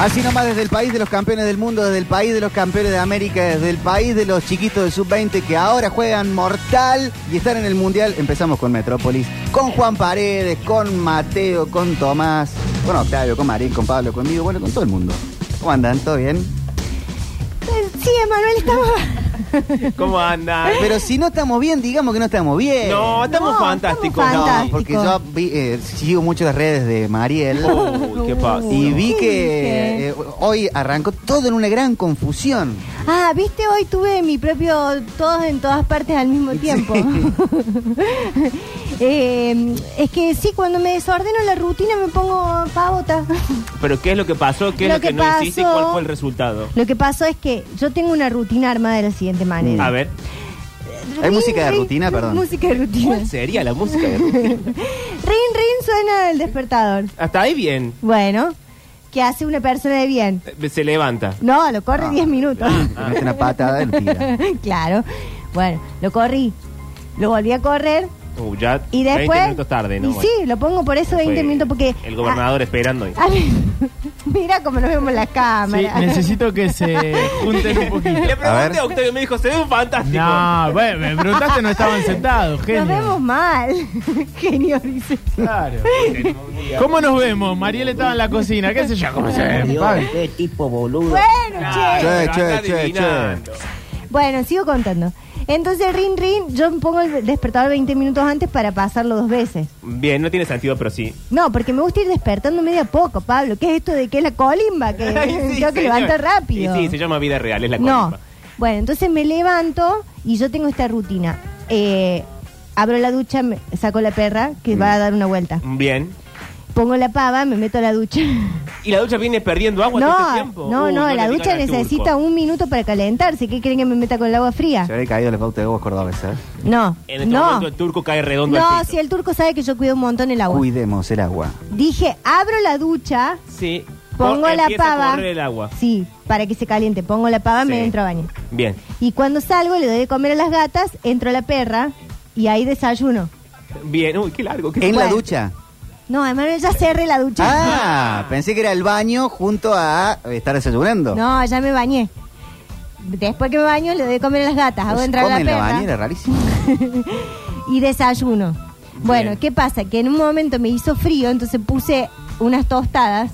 Así nomás desde el país de los campeones del mundo, desde el país de los campeones de América, desde el país de los chiquitos de sub-20 que ahora juegan mortal y están en el mundial. Empezamos con Metrópolis, con Juan Paredes, con Mateo, con Tomás, con Octavio, con Marín, con Pablo, conmigo, bueno, con todo el mundo. ¿Cómo andan? ¿Todo bien? Sí, Emanuel, estamos. ¿Cómo andan? Pero si no estamos bien, digamos que no estamos bien. No, estamos No, fantásticos. estamos No, fantásticos. porque yo vi- eh, sigo mucho las redes de Mariel. No. Uy, ¿Qué pasa? Y vi ¿Qué que eh, hoy arrancó todo en una gran confusión. Ah, viste, hoy tuve mi propio todos en todas partes al mismo tiempo. Eh, es que sí, cuando me desordeno la rutina me pongo pavota. ¿Pero qué es lo que pasó? ¿Qué es Lo lo que, que no hiciste y pasó- cuál fue el resultado? Lo que pasó es que yo tengo una rutina armada de la siguiente manera. A ver, Ah, ¿Hay música de rutina? Perdón. Música de rutina. ¿cuál sería la música? de rutina? Rin, rin suena el despertador. Hasta ahí bien. Bueno, ¿qué hace una persona de bien? Eh, Se levanta. No, lo corre Ah. 10 minutos. Te mete una patada y lo tira. claro. Bueno, lo corrí. Lo volví a correr Uh, ya y después. 20 minutos tarde, ¿no? Y Bueno, sí, lo pongo por eso fue 20 minutos porque. El gobernador esperando. ahí. Ah, ah, mira cómo nos vemos en la Sí, cámara. necesito que se junten un Le poquito. A ver. pregunté a Octavio y me dijo, se ven fantásticos. No, bueno, me preguntaste, no estaban sentados, nos genio. vemos mal. genio, dice. Claro. ¿Cómo nos vemos? Mariel estaba en la cocina, qué sé yo, ¿cómo se ven? Dios, qué tipo boludo. Bueno, che. Claro, Che, anda che, che, adivinando. Bueno, sigo contando. Entonces, rin, rin, yo me pongo el despertador 20 minutos antes para pasarlo dos veces. Bien, no tiene sentido, pero sí. No, porque me gusta ir despertando medio a poco, Pablo. ¿Qué es esto de que es la colimba? Que Ay, tengo sí, Eh, que señor. levantar rápido. Y sí, se llama vida real, es la no. colimba. Bueno, entonces me levanto y yo tengo esta rutina. Eh, abro la ducha, me- saco la perra, que Mm. va a dar una vuelta. Bien. Pongo la pava, me meto a la ducha. ¿Y la ducha viene perdiendo agua todo este No, tiempo? no, Uy, no, le la digan ducha al turco. necesita un minuto para calentarse. ¿Qué creen que me meta con el agua fría? Se había caído la pauta de vos, Cordobés, ¿eh? No, En este no. momento el turco cae redondo al No, piso. si el turco sabe que yo cuido un montón el agua. Cuidemos el agua. Dije, abro la ducha, Sí. Pongo Por- la empieza a pava. correr el agua. Sí, para que se caliente. Pongo la pava, Sí. me entro a baño. Bien. Y cuando salgo, le doy de comer a las gatas, entro a la perra y ahí desayuno. Bien. Uy, qué largo. qué- ¿En la Bueno. ducha? No, Emanuel, ya cerré la ducha. Ah, pensé que era el baño junto a estar desayunando. No, ya me bañé. Después que me baño, le doy de comer a las gatas, hago Pues entrar a come la en la perra bañera, rarísimo. y desayuno. Bueno, Bien. ¿qué pasa? Que en un momento me hizo frío, entonces puse unas tostadas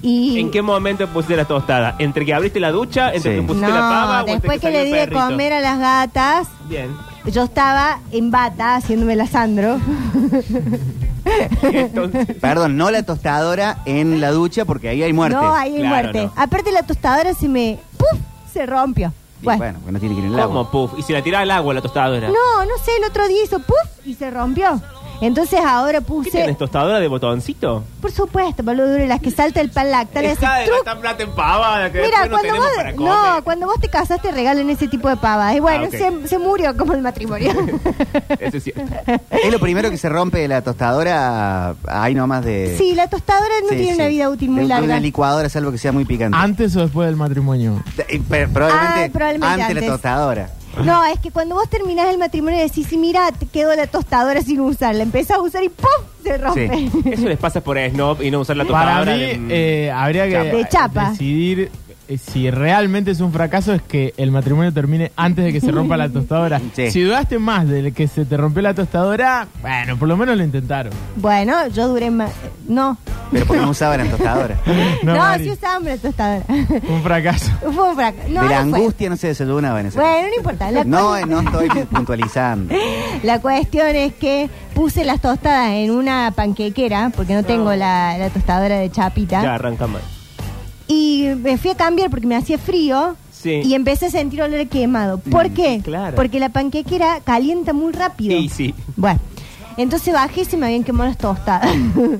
y... ¿En qué momento pusiste la tostada? ¿Entre que abriste la ducha? ¿Entre Sí. que pusiste No, la pava? o entre después que salió le el di de perrito? comer a las gatas, Bien. yo estaba en bata haciéndome la Sandro. Y entonces- Perdón, no la tostadora en la ducha porque ahí hay muerte. No, ahí hay Claro, muerte. no. Aparte la tostadora se me... ¡Puf! Se rompió. Y Bueno. bueno, porque no tiene que ir en el ¿Cómo, agua. puff? Y se la tiraba al agua la tostadora. No, no sé, el otro día hizo ¡puf! y se rompió. Entonces ahora ¿Qué puse... tienes, tostadora de botoncito? Por supuesto, boludo, duro, las que salta el pan lactal. ese Esa de truc. gastar plata en pavada que Mira, después no cuando tenemos para vos, comer. no, cuando vos te casaste regalen ese tipo de pavas. Y bueno, Ah, ok. se, se murió como el matrimonio. Eso es cierto. Es lo primero que se rompe de la tostadora ahí nomás de... sí, la tostadora no Sí, tiene sí. una vida útil De muy un- de larga. Una licuadora, salvo que sea muy picante. ¿Antes o después del matrimonio? Eh, pero probablemente, Ah, probablemente antes, la antes. tostadora. No, es que cuando vos terminás el matrimonio decís, sí, mira, te quedó la tostadora sin usarla. Empezás a usar y ¡pum! se rompe. Eso les pasa por snob y no usar la Para tostadora. mí, de- eh, habría que De chapa. decidir eh, si realmente es un fracaso es que el matrimonio termine antes de que se rompa la tostadora. Sí. Si dudaste más del que se te rompió la tostadora, bueno, por lo menos lo intentaron. Bueno, yo duré más. No. Pero porque no usaban la tostadora. No, No, Mari. sí usábamos la tostadora. Un fracaso. Fue un fracaso. No, de la no fue. angustia no se desayunaba en ese Bueno, no importa. La, No, eh, no estoy puntualizando. la cuestión es que puse las tostadas en una panquequera, porque no, tengo la, la tostadora de chapita. Ya arranca mal. Y me fui a cambiar porque me hacía frío. Sí. Y empecé a sentir olor a quemado. ¿Por qué? claro. Porque la panquequera calienta muy rápido. Sí, sí. Bueno, entonces bajé y se me habían quemado las tostadas.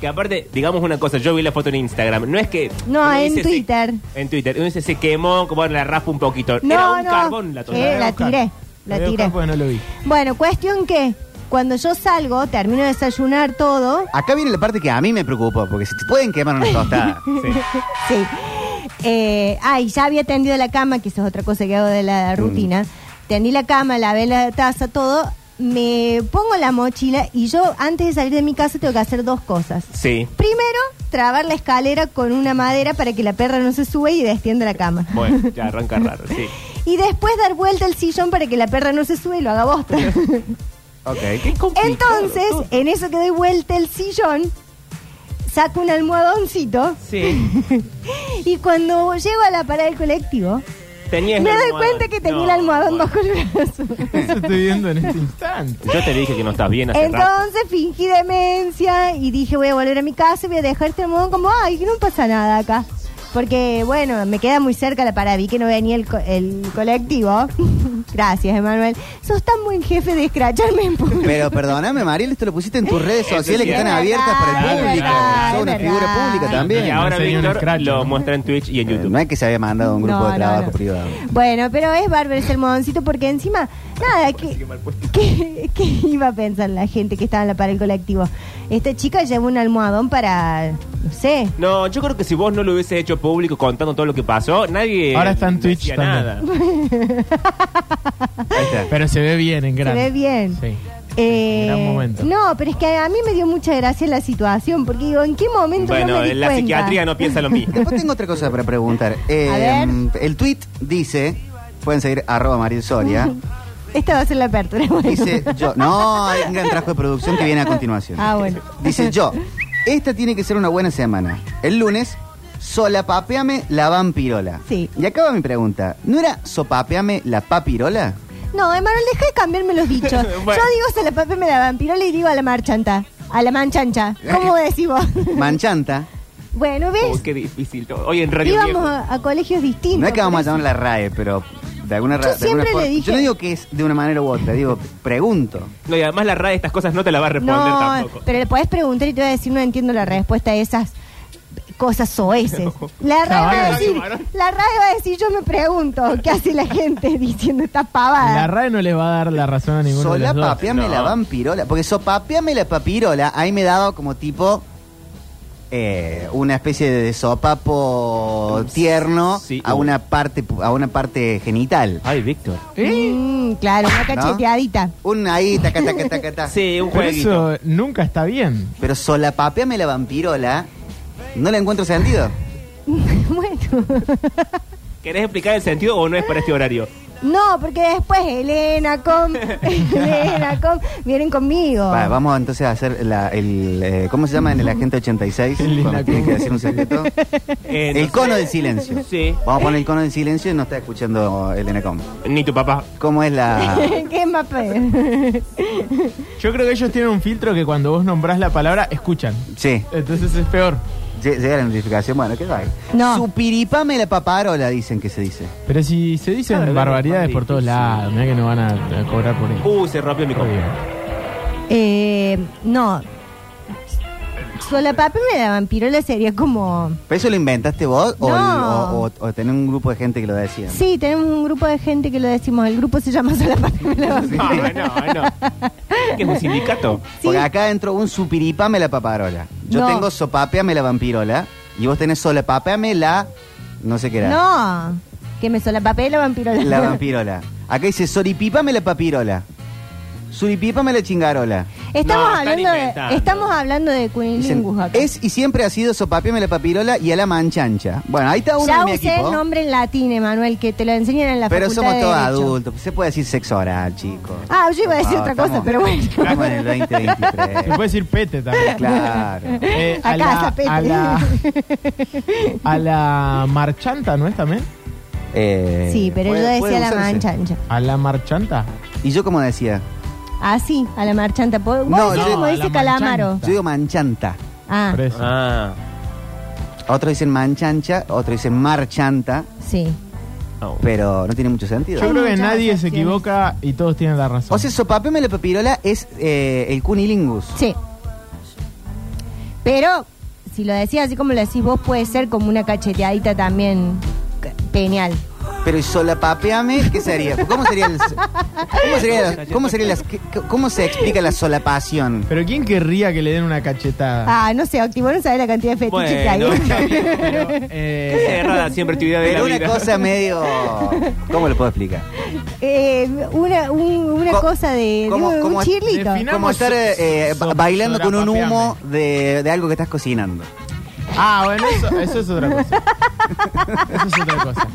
Que aparte, digamos una cosa, yo vi la foto en Instagram. No es que. No, uno en dice, Twitter. se- en Twitter. Uno dice se quemó, como la raspa un poquito. No, Era un no. carbón la Eh, tostadora. la tiré, la Lo voy a tiré. buscar porque no lo vi. bueno, cuestión que cuando yo salgo, termino de desayunar todo. Acá viene la parte que a mí me preocupa, porque se te pueden quemar una tostada. Sí. Sí. Eh, ay, ya había tendido la cama, que eso es otra cosa que hago de la rutina. Tendí la cama, lavé la taza, todo. Me pongo la mochila y yo antes de salir de mi casa tengo que hacer dos cosas. Sí. Primero, trabar la escalera con una madera para que la perra no se sube y destienda la cama. Bueno, ya arranca raro, sí. Y después dar vuelta al sillón para que la perra no se sube y lo haga bosta. Ok. Entonces, en eso que doy vuelta el sillón, saco un almohadoncito Sí. y cuando llego a la parada del colectivo, Tenías me el doy almohadón. cuenta que tenía No, el almohadón bueno. bajo el brazo. Eso estoy viendo en este instante. Yo te dije que no estás bien hace rato. Entonces fingí demencia y dije voy a volver a mi casa y voy a dejar este almohadón como, ay, que no pasa nada acá. Porque, bueno, me queda muy cerca la parada, vi que no venía el, co- el colectivo. Gracias, Emanuel. Sos tan buen jefe de escracharme en público. Pero perdóname, Mariel, esto lo pusiste en tus redes sociales que están verdad, abiertas para el es público. verdad, Sos una es figura verdad. pública también. Y ahora Enseña un Víctor scratch, lo ¿no? muestra en Twitch y en Eh, YouTube. No es que se había mandado a un grupo No, de no, trabajo no. privado. Bueno, pero es bárbaro ese almohadoncito porque encima, nada, ¿qué, qué, qué iba a pensar la gente que estaba en la parada del colectivo? Esta chica lleva un almohadón para, no sé, No, yo creo que si vos no lo hubieses hecho público contando todo lo que pasó, nadie. Ahora está en Twitch decía también. nada. Ahí está. Pero se ve bien en grande. se ve bien. Sí. Eh, gran momento. No, pero es que a mí me dio mucha gracia la situación, porque digo, ¿en qué momento Bueno, no me di la cuenta? psiquiatría no piensa lo mismo. Después tengo otra cosa para preguntar. Eh, ver. el tweet dice, pueden seguir arroba Mariel Soria, Esta va a ser la apertura. bueno. dice yo, no, hay un gran trabajo de producción que viene a continuación. Ah, bueno. Dice yo, esta tiene que ser una buena semana. El lunes, solapapeame la vampirola. Sí. Y acaba mi pregunta, ¿no era sopapeame la papirola? No, Emanuel, deja de cambiarme los dichos. Bueno. Yo digo se la pape me la vampiro, le digo a la marchanta, a la manchancha. ¿Cómo decís vos? Manchanta. bueno, Eh. Oh, ¿ves? qué difícil. todo. Hoy en Radio Íbamos Viejo. a, a colegios distintos. No es que vamos a por llamar la RAE, pero de alguna ra- de siempre alguna le forma- dije- Yo no digo que es de una manera u otra, digo, pregunto. No, y además la RAE estas cosas no te la va a eso. responder No, este- tampoco. pero le podés preguntar y te voy a decir, no entiendo la respuesta a esas cosas soeces. La RAE va a Caballo. decir, la RAE va a decir, yo me pregunto, ¿qué hace la gente diciendo esta pavada? La RAE no le va a dar la razón a ninguno de los dos. Solapapeame No. la vampirola. Porque sopapeame la papirola, ahí me daba como tipo eh, una especie de sopapo tierno Sí. a una parte pu- a una parte genital. Ay, Víctor. ¿Eh? Mm, claro, una cacheteadita. Un ahí, taca, taca, taca, taca. Sí, un Pero jueguito. eso nunca está bien. Pero solapapeame la vampirola, no le encuentro sentido. bueno. ¿Querés explicar el sentido o no es para este horario? No, porque después Elena Com, Elena Com, vienen conmigo. Va, vamos entonces a hacer la, el... eh, ¿Cómo se llama en el Agente 86? El Cuando Inacum. tienen que decir un secreto. Eh, no El sé. cono del silencio. Sí. Vamos a poner el cono del silencio y no está escuchando Elena Com. Ni tu papá. ¿Cómo es la...? ¿Qué es más peor? Yo creo que ellos tienen un filtro que cuando vos nombrás la palabra, escuchan. Sí, Entonces es peor. lle- llega la notificación. Bueno, ¿qué hay? No. Supiripame la paparola, dicen que se dice. Pero si se dicen Claro, barbaridades es por todos difícil. lados, mira que no van a, a cobrar por eso. Uh, se rompió mi copa. Eh, no. Solapapa me la vampirola sería como... ¿Pero eso lo inventaste vos o, el- No. o, o- o tenés un grupo de gente que lo decía? Sí, tenemos un grupo de gente que lo decimos. El grupo se llama Solapapa me la Sí. No, vampirola. no, no. ¿Qué es un sindicato? Porque acá entró un supiripame la paparola. Yo No. tengo sopapeame la vampirola y vos tenés solapapeame la... No sé qué era. No, que me solapapé la vampirola. La vampirola. Acá dice soripípame la papirola. Suripípame la chingarola. Estamos, No, están hablando de, inventando. estamos hablando de Dicen, Cunilingus acá. es y siempre ha sido sopapiame la papirola y a la manchancha. Bueno, ahí está uno ya de mi usé el equipo. nombre en latín, Emanuel, que te lo enseñan en la pero facultad somos de todos Derecho. adultos. Se puede decir sexo oral, chicos. Ah, yo iba a decir Ah, otra cosa, estamos- pero bueno. Estamos en el Se puede 2023. decir pete también. claro. Eh, a, Acá, la, zapete. a, la, a la marchanta, ¿no es también? Eh, Sí, pero puede- yo decía puede la usarse. manchancha. A la marchanta. ¿Y yo cómo decía? Ah, sí, a la marchanta. Po- Vos No, decís yo- como No, a dice la Calamaro. marchanta. Yo digo manchanta. Ah, Por eso. Ah. Otros dicen manchancha, otros dicen marchanta, sí. No. pero no tiene mucho sentido. Yo creo que muchas nadie se excepciones. equivoca y todos tienen la razón. O sea, sopapeme la papirola es eh, el cunilingus. Sí. Pero, si lo decís así como lo decís vos, puede ser como una cacheteadita también c- penial. Pero ¿y solapapeame, ¿qué sería? ¿Cómo sería el, cómo sería la- cómo sería las- qué- cómo se explica la solapación? Pero ¿quién querría que le den una cachetada? Ah, no sé, Octi, vos no sabés la cantidad de fetiches que hay. Bueno, está bien, pero qué Eh, cerrada siempre actividad de la Pero una vida. cosa medio ¿Cómo lo puedo explicar? Eh, una un- una Co- cosa de, ¿cómo- de cómo un es? chirlito. Definamos Como estar eh, so- ba- bailando con un solapapeame. humo de, de algo que estás cocinando. Ah, bueno, eso, eso es otra cosa. Eso es otra cosa.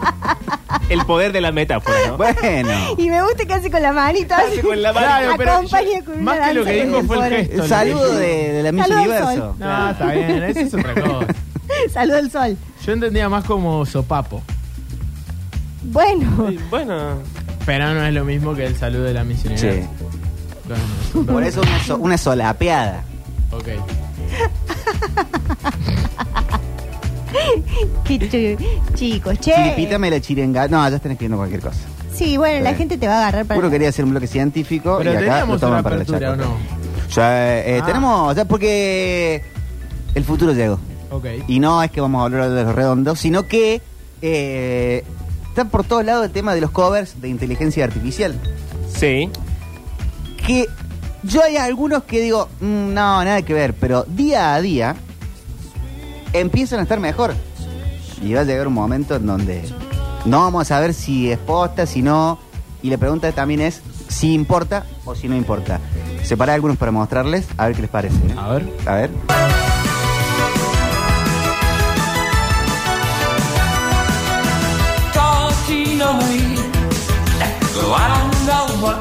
El poder de la metáfora, ¿no? Bueno. Y me gusta que hace con la manita. así. Hace con la mano. Claro, pero Acompaña yo- con una más que lo danza que con dijo el fue el sol. gesto. El lo saludo dijo. de, de la Miss Saludo al Universo. sol. No, está bien, eso es otra cosa. Saludo al sol. Yo entendía más como sopapo, Bueno, Sí, Bueno. pero no es lo mismo que el saludo de la misión. Sí. Claro, no, Por eso una, so- una solapeada. Ok. qué ch- chicos, che. Chiripítame la chirenga. No, ya están escribiendo cualquier cosa. Sí, bueno, la Sí. gente te va a agarrar para. Puro quería hacer un bloque científico Pero y acá lo teníamos una toman para la apertura, ¿o chacota. no? Ya, eh, Ah. tenemos, ya porque el futuro llegó. Ok. Y no es que vamos a hablar de los redondos, sino que eh, está por todos lados el tema de los covers de inteligencia artificial. Sí. Que yo hay algunos que digo, "Mm, no, nada que ver, pero día a día empiezan a estar mejor. Y va a llegar un momento en donde no vamos a saber si es posta, si no. Y la pregunta también es si importa o si no importa. Separé algunos para mostrarles, a ver qué les parece. ¿eh? A ver. A ver. talking away. So I don't know what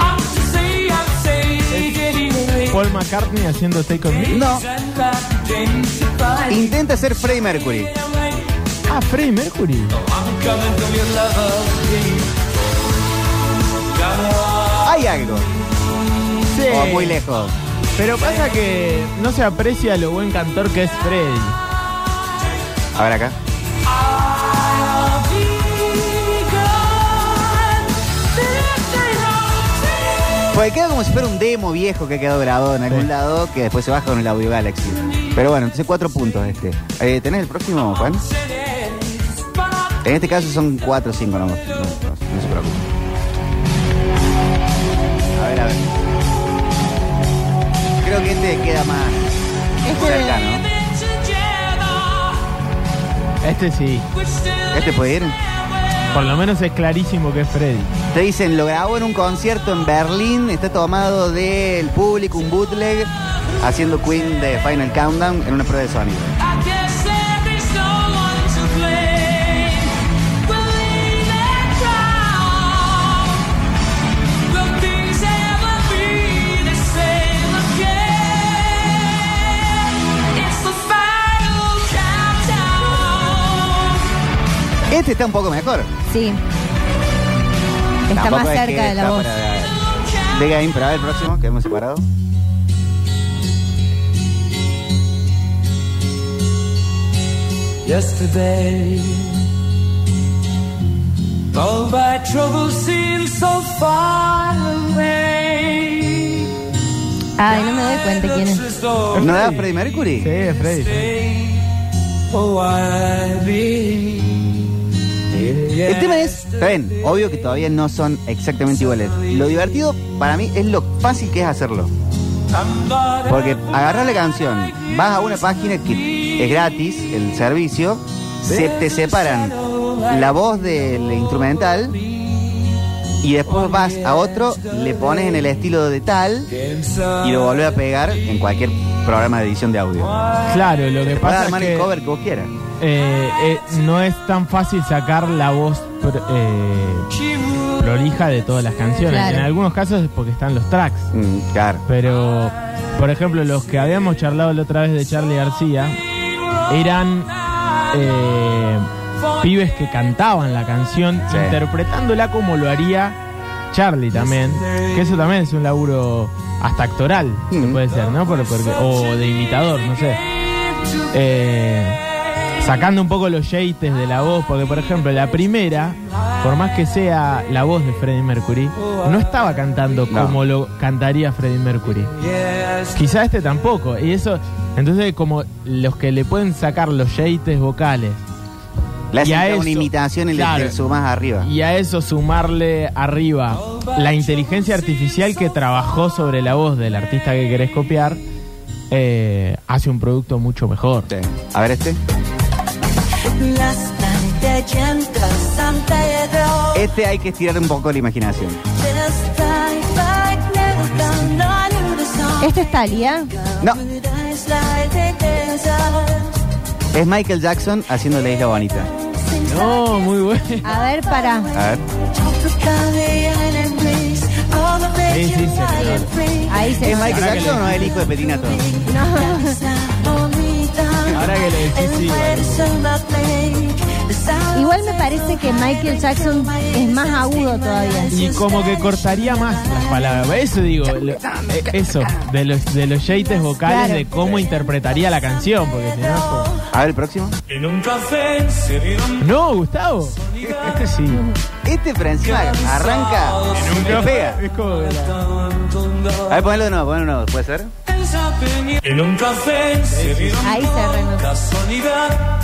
I'm to say. I'm saying anyway. Paul McCartney haciendo Take On Me. No, Send back James to find intenta ser Freddie Mercury. away. Ah, Freddie Mercury. I'm coming from your lover. Hay algo. Sí. O muy lejos. Pero pasa que no se aprecia lo buen cantor que es Freddy. A ver acá. I'll be gone. Porque queda como si fuera un demo viejo que quedó grabado en algún Sí. lado que después se baja con el audio Galaxy. Pero bueno, entonces cuatro puntos este. Eh, ¿Tenés el próximo, Juan? En este caso son cuatro o cinco nomás. No, no, no se preocupe. A ver, a ver. Creo que este queda más Este- cercano. Este sí. Este puede ir. Por lo menos es clarísimo que es Freddy. Te dicen, lo grabó en un concierto en Berlín, está tomado del público, un bootleg, haciendo Queen de Final Countdown en una prueba de sonido. I guess there is no one to blame. We'll leave it down. Will things ever be the same again? It's the final countdown. Este está un poco mejor. Sí. Está Tampoco más es que cerca de la está voz. para- De Game, pero a ver el próximo que hemos separado. Yesterday, all my troubles seem so far away. Ay, no me doy cuenta quién es. ¿No da Freddie Mercury? Sí, es Freddy. Oh, I believe El tema es, está bien, obvio que todavía no son exactamente iguales. Lo divertido para mí es lo fácil que es hacerlo. I'm not Porque agarras la canción, vas a una página que es gratis, el servicio, se te separan la voz del instrumental y después vas a otro, le pones en el estilo de tal y lo volvés a pegar en cualquier programa de edición de audio. Claro, lo que Vas a pasa armar es el que cover que vos quieras. eh, eh, no es tan fácil sacar la voz pr- eh, prolija de todas las canciones. Claro. En algunos casos es porque están los tracks. Mm, claro. Pero, por ejemplo, los que habíamos charlado la otra vez de Charlie García eran eh, pibes que cantaban la canción, Sí. interpretándola como lo haría Charlie también. Que eso también es un laburo hasta actoral, se Mm. puede ser, ¿no? Por- porque- o de imitador, no sé. Eh, sacando un poco los yates de la voz, porque por ejemplo la primera, por más que sea la voz de Freddie Mercury, no estaba cantando No. como lo cantaría Freddie Mercury. Quizá este tampoco. Y eso, entonces como los que le pueden sacar los yates vocales Le Y hacen a que haga una eso, imitación y le- claro. le sumás arriba. y a eso sumarle arriba la inteligencia artificial que trabajó sobre la voz del artista que querés copiar, eh, hace un producto mucho mejor. Sí. A ver este. Este hay que estirar un poco la imaginación. Este ¿ah? ¿Esto es Talia? No, Es Michael Jackson haciendo la isla bonita. No, muy bueno. A ver, para. A ver. Sí, sí, señor. Ahí se ¿Es nota. Michael Ahora que Jackson o el hijo de Petinato? No. Ahora que le decís sí. bueno. Igual me parece que Michael Jackson es más agudo todavía. Y como que cortaría más las palabras. Eso digo, lo- eh, eso, de los, de los yates vocales, Claro. de cómo interpretaría la canción, porque si no. pues- A ver, el próximo. En un café se vieron No, Gustavo. Sí. Este pero encima arranca y le pega. Es como que la- A ver, ponelo de nuevo, ponelo de nuevo. ¿Puede ser? En un café se vieron Ahí se renota. casualidad.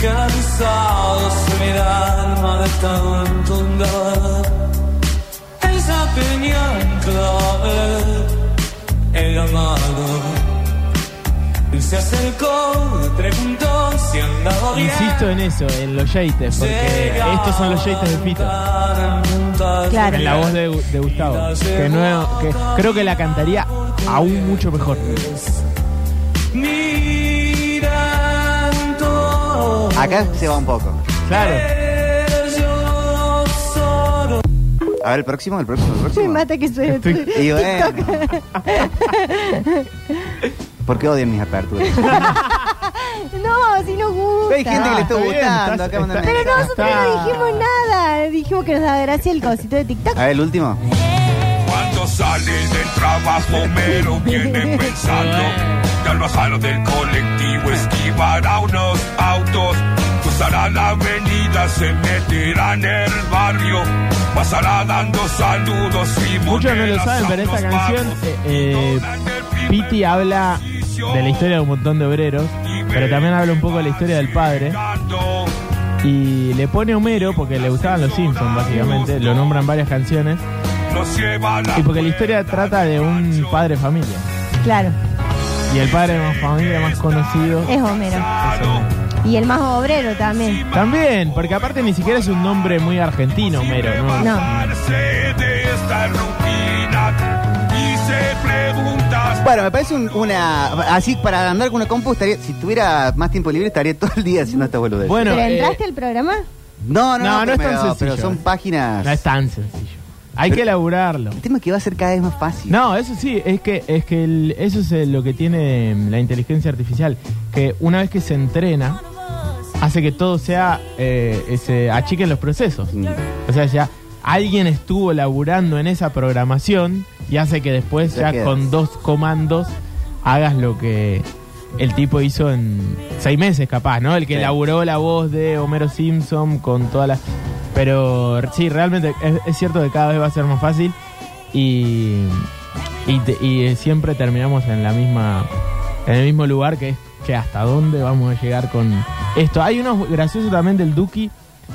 Cansado se me da alma de tanto andar. Esa peña clave, el amado. Se acercó, preguntó si andaba bien. Insisto en eso, en los yates, porque estos son los yates de Fito. Claro. En la voz de, de Gustavo. Que, no, que creo que la cantaría aún mucho mejor. Mirando Acá se va un poco. Claro. yo solo A ver, el próximo, el próximo, el Me próximo. mata que suene. Estoy- Y bueno. ¿Por qué odian mis aperturas? No, si nos gusta. Hay gente que le está está bien, gustando. estás- Acá mandan estás- Pero mensajes. nosotros no dijimos nada. Dijimos que nos da gracia el cosito de TikTok. A ver, el último. Cuando sales del trabajo me lo viene pensando Que al bajar del colectivo esquivará unos autos Cruzará la avenida, se meterá en el barrio Pasará dando saludos y Muchos no lo saben, pero esta canción, eh, eh, Piti habla de la historia de un montón de obreros, pero también habla un poco de la historia del padre. Y le pone Homero, porque le gustaban los Simpsons, básicamente, lo nombran varias canciones. Y porque la historia trata de un padre familia. Claro, Y el padre de familia más conocido. es Homero. es Homero. Y el más obrero también. También, porque aparte ni siquiera es un nombre muy argentino, Homero, ¿no? No. de esta rutina Y se preguntas Bueno, me parece un- una. Así para andar con una compu, estaría, si tuviera más tiempo libre, estaría todo el día haciendo esta boludez. Bueno, ¿Pero eh, entraste al programa? no, no, no, no, pero no es me- tan sencillo. pero son páginas. no es tan sencillo. Hay que elaborarlo. El tema es que va a ser cada vez más fácil. No, eso sí, es que, es que el- eso es eh, lo que tiene mm, la inteligencia artificial, que una vez que se entrena, hace que todo sea, eh, eh, se achiquen los procesos. Mm. O sea, ya alguien estuvo laburando en esa programación y hace que después Ya ya, queda. con dos comandos hagas lo que el tipo hizo en seis meses capaz, ¿no? El que Sí. laburó la voz de Homero Simpson con toda la... Pero sí, realmente es, es cierto que cada vez va a ser más fácil y, y, te- y, eh, siempre terminamos en la misma en el mismo lugar que es que hasta dónde vamos a llegar con esto. Hay unos graciosos también del Duki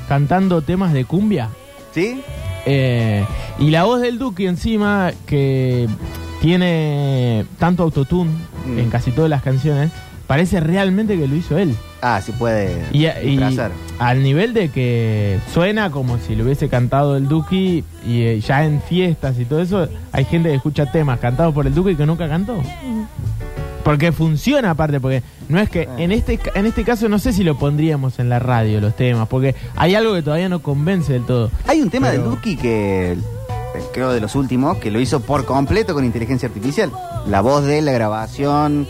cantando temas de cumbia. ¿Sí? Eh, y la voz del Duque encima, que tiene tanto autotune Mm. en casi todas las canciones, parece realmente que lo hizo él. Ah, sí puede. Y, y disfrazar. al nivel de que suena como si lo hubiese cantado el Duki y eh, ya en fiestas y todo eso, hay gente que escucha temas cantados por el Duki que nunca cantó. Porque funciona aparte, porque no es Ah. que en este ca- en este caso no sé si lo pondríamos en la radio los temas, porque hay algo que todavía no convence del todo. Hay un tema Pero- del Duki que eh, creo de los últimos que lo hizo por completo con inteligencia artificial. La voz de él, la grabación,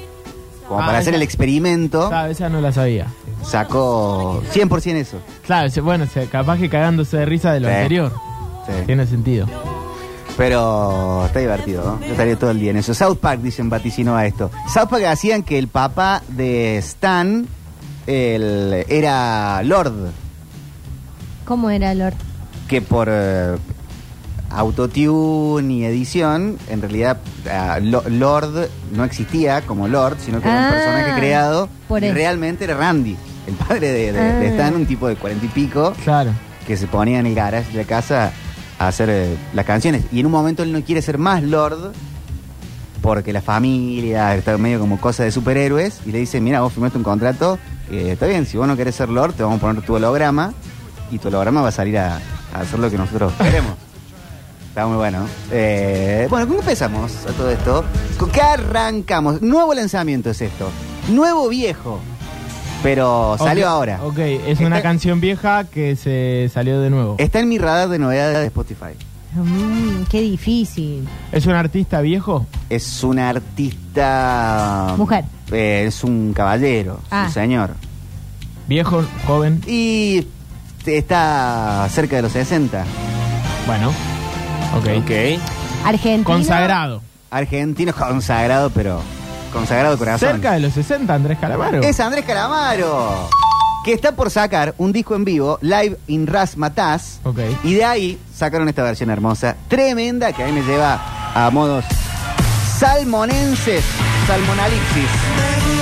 como Ah, para hacer esa- el experimento, Claro, esa no la sabía. sacó 100% eso. Claro, se- bueno, se- capaz que cagándose de risa de lo Sí. anterior. Sí. Tiene sentido. Pero está divertido, ¿no? Yo estaría todo el día en eso. South Park, dicen, vaticinó a esto. South Park hacían que el papá de Stan el- era Lord, ¿Cómo era, Lord? que por eh, autotune y edición, en realidad ah, Lo- Lord no existía como Lord, sino que era Ah, un personaje creado por y eso. realmente era Randy, el padre de, de- de Ah. Stan, un tipo de cuarenta y pico, Claro. que se ponía en el garage de la casa a hacer eh, las canciones. Y en un momento él no quiere ser más Lord. Porque la familia está medio como cosa de superhéroes y le dice, mira, vos firmaste un contrato, eh, está bien, si vos no querés ser Lord, te vamos a poner tu holograma y tu holograma va a salir a, a hacer lo que nosotros queremos. Está muy bueno. Eh, bueno, ¿cómo empezamos a todo esto? ¿Con qué arrancamos? Nuevo lanzamiento es esto. Nuevo viejo. Pero salió Ok, ahora. Este- Ok, es Está- una canción vieja que se salió de nuevo. Está en mi radar de novedades de Spotify. Mm, qué difícil. ¿Es un artista viejo? Es una artista. Mujer. Eh, es un caballero, Ah. un señor. ¿Viejo? ¿Joven? Y está cerca de los 60. Bueno. Ok. Argentino. Consagrado. Argentino consagrado, pero consagrado de corazón. Cerca de los 60, Andrés Calamaro. Es Andrés Calamaro, que está por sacar un disco en vivo, Live in Ras Matas. Ok. Y de ahí sacaron esta versión hermosa, tremenda, que a mí me lleva a modos salmonenses, salmonalipsis.